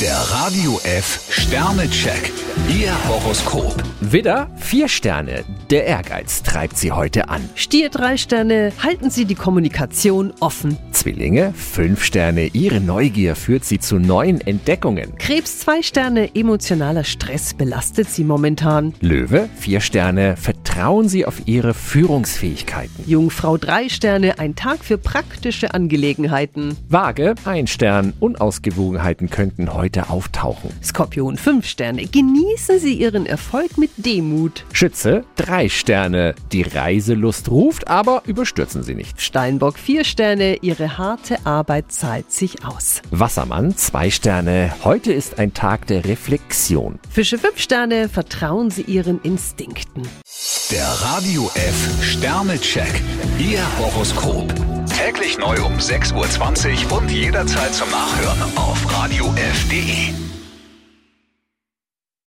Der Radio F Sternecheck. Ihr Horoskop. Widder, vier Sterne. Der Ehrgeiz treibt sie heute an. Stier drei Sterne, halten Sie die Kommunikation offen. Zwillinge, fünf Sterne. Ihre Neugier führt sie zu neuen Entdeckungen. Krebs zwei Sterne, emotionaler Stress belastet Sie momentan. Löwe, vier Sterne. Vertrauen Sie auf Ihre Führungsfähigkeiten. Jungfrau drei Sterne, ein Tag für praktische Angelegenheiten. Waage, ein Stern. Unausgewogenheiten könnten heute auftauchen. Skorpion fünf Sterne, genießen Sie Ihren Erfolg mit Demut. Schütze, drei Sterne. Die Reiselust ruft, aber überstürzen Sie nicht. Steinbock vier Sterne, Ihre harte Arbeit zahlt sich aus. Wassermann, zwei Sterne. Heute ist ein Tag der Reflexion. Fische fünf Sterne, vertrauen Sie Ihren Instinkten. Der Radio F Sternecheck. Ihr Horoskop. Täglich neu um 6.20 Uhr und jederzeit zum Nachhören auf Radio radiof.de.